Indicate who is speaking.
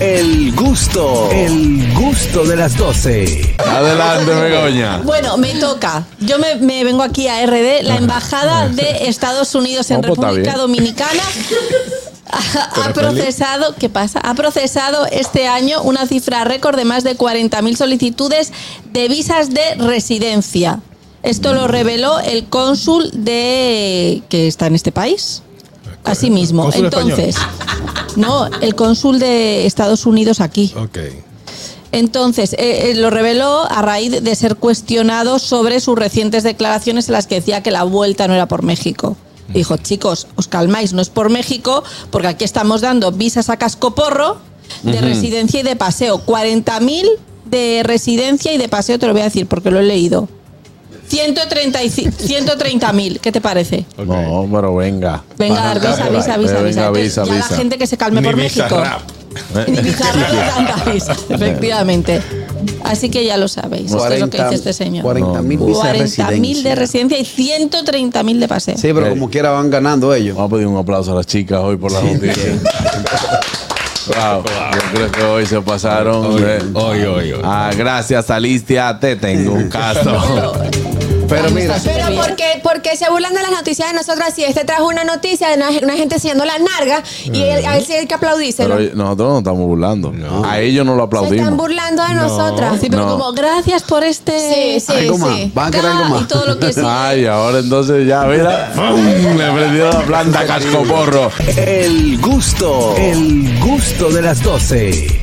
Speaker 1: El gusto, el gusto de las 12.
Speaker 2: Adelante, Begoña.
Speaker 3: Bueno, me toca. Yo me, me vengo aquí a RD, la Embajada de Estados Unidos en
Speaker 2: No, pues, está
Speaker 3: República
Speaker 2: bien.
Speaker 3: Dominicana. Ha, ha procesado, ¿qué pasa? Ha procesado este año una cifra récord de más de 40.000 solicitudes de visas de residencia. Esto lo reveló el cónsul de que está en este país. Así mismo.
Speaker 4: ¿Cónsul español?
Speaker 3: Entonces, no, el cónsul de Estados Unidos aquí.
Speaker 4: Ok.
Speaker 3: Entonces, eh, eh, lo reveló a raíz de ser cuestionado sobre sus recientes declaraciones en las que decía que la vuelta no era por México.
Speaker 4: Mm.
Speaker 3: Dijo, chicos, os calmáis, no es por México, porque aquí estamos dando visas a cascoporro de residencia y de paseo. 40.000 de residencia y de paseo, te lo voy a decir porque lo he leído. 135 130.000, ¿qué te parece?
Speaker 4: ok.
Speaker 2: No, pero venga.
Speaker 3: Venga, a dar visa, visa, visa,
Speaker 2: Venga,
Speaker 3: visa. Entonces,
Speaker 2: visa,
Speaker 3: ya
Speaker 2: visa.
Speaker 3: la gente que se calme
Speaker 4: Ni
Speaker 3: por
Speaker 4: visa
Speaker 3: México.
Speaker 4: rap.
Speaker 5: Eh.
Speaker 3: Ni pizarra ni tantas, efectivamente. Así que ya lo sabéis. Esto es lo que dice este señor.
Speaker 5: 40 mil visas de
Speaker 3: 40.000 de
Speaker 5: residencia.
Speaker 3: residencia y 130.000 de paseo.
Speaker 5: Sí, pero como quiera van ganando ellos.
Speaker 2: Vamos a pedir un aplauso a las chicas hoy por la noticia. Wow, yo creo que hoy se pasaron.
Speaker 4: Hoy,
Speaker 2: eh.
Speaker 4: hoy, hoy, hoy.
Speaker 2: Ah, gracias, Alicia. Te tengo un caso.
Speaker 5: Pero mira,
Speaker 6: Pero porque, porque se burlan de las noticias de nosotros así. Este trajo una noticia de una, una gente enseñando la narga y él- a él sí hay que aplaudírselo.
Speaker 2: Pero nosotros no estamos burlando. A ellos no lo
Speaker 6: Se están
Speaker 2: aplaudimos.
Speaker 6: burlando de nosotras.
Speaker 3: Sí, pero
Speaker 2: No.
Speaker 3: como gracias por este.
Speaker 6: Sí, sí,
Speaker 5: algo
Speaker 6: sí.
Speaker 5: más. Van a querer algo
Speaker 3: Ah,
Speaker 5: más.
Speaker 3: Y todo lo que sí.
Speaker 2: Ay, ahora entonces ya, mira, ¡fum! le prendió la planta a cascoporro.
Speaker 1: El gusto, el gusto de las 12.